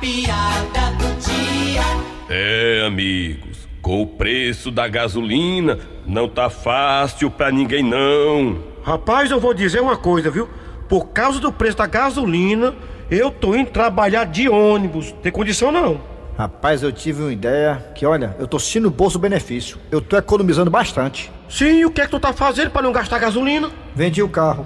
piada do dia. É, amigos, com o preço da gasolina, não tá fácil pra ninguém não. Rapaz, eu vou dizer uma coisa, viu? Por causa do preço da gasolina, eu tô indo trabalhar de ônibus. Tem condição não. Rapaz, eu tive uma ideia que, olha, eu tô sentindo o bolso benefício. Eu tô economizando bastante. Sim, e o que é que tu tá fazendo pra não gastar gasolina? Vendi o carro.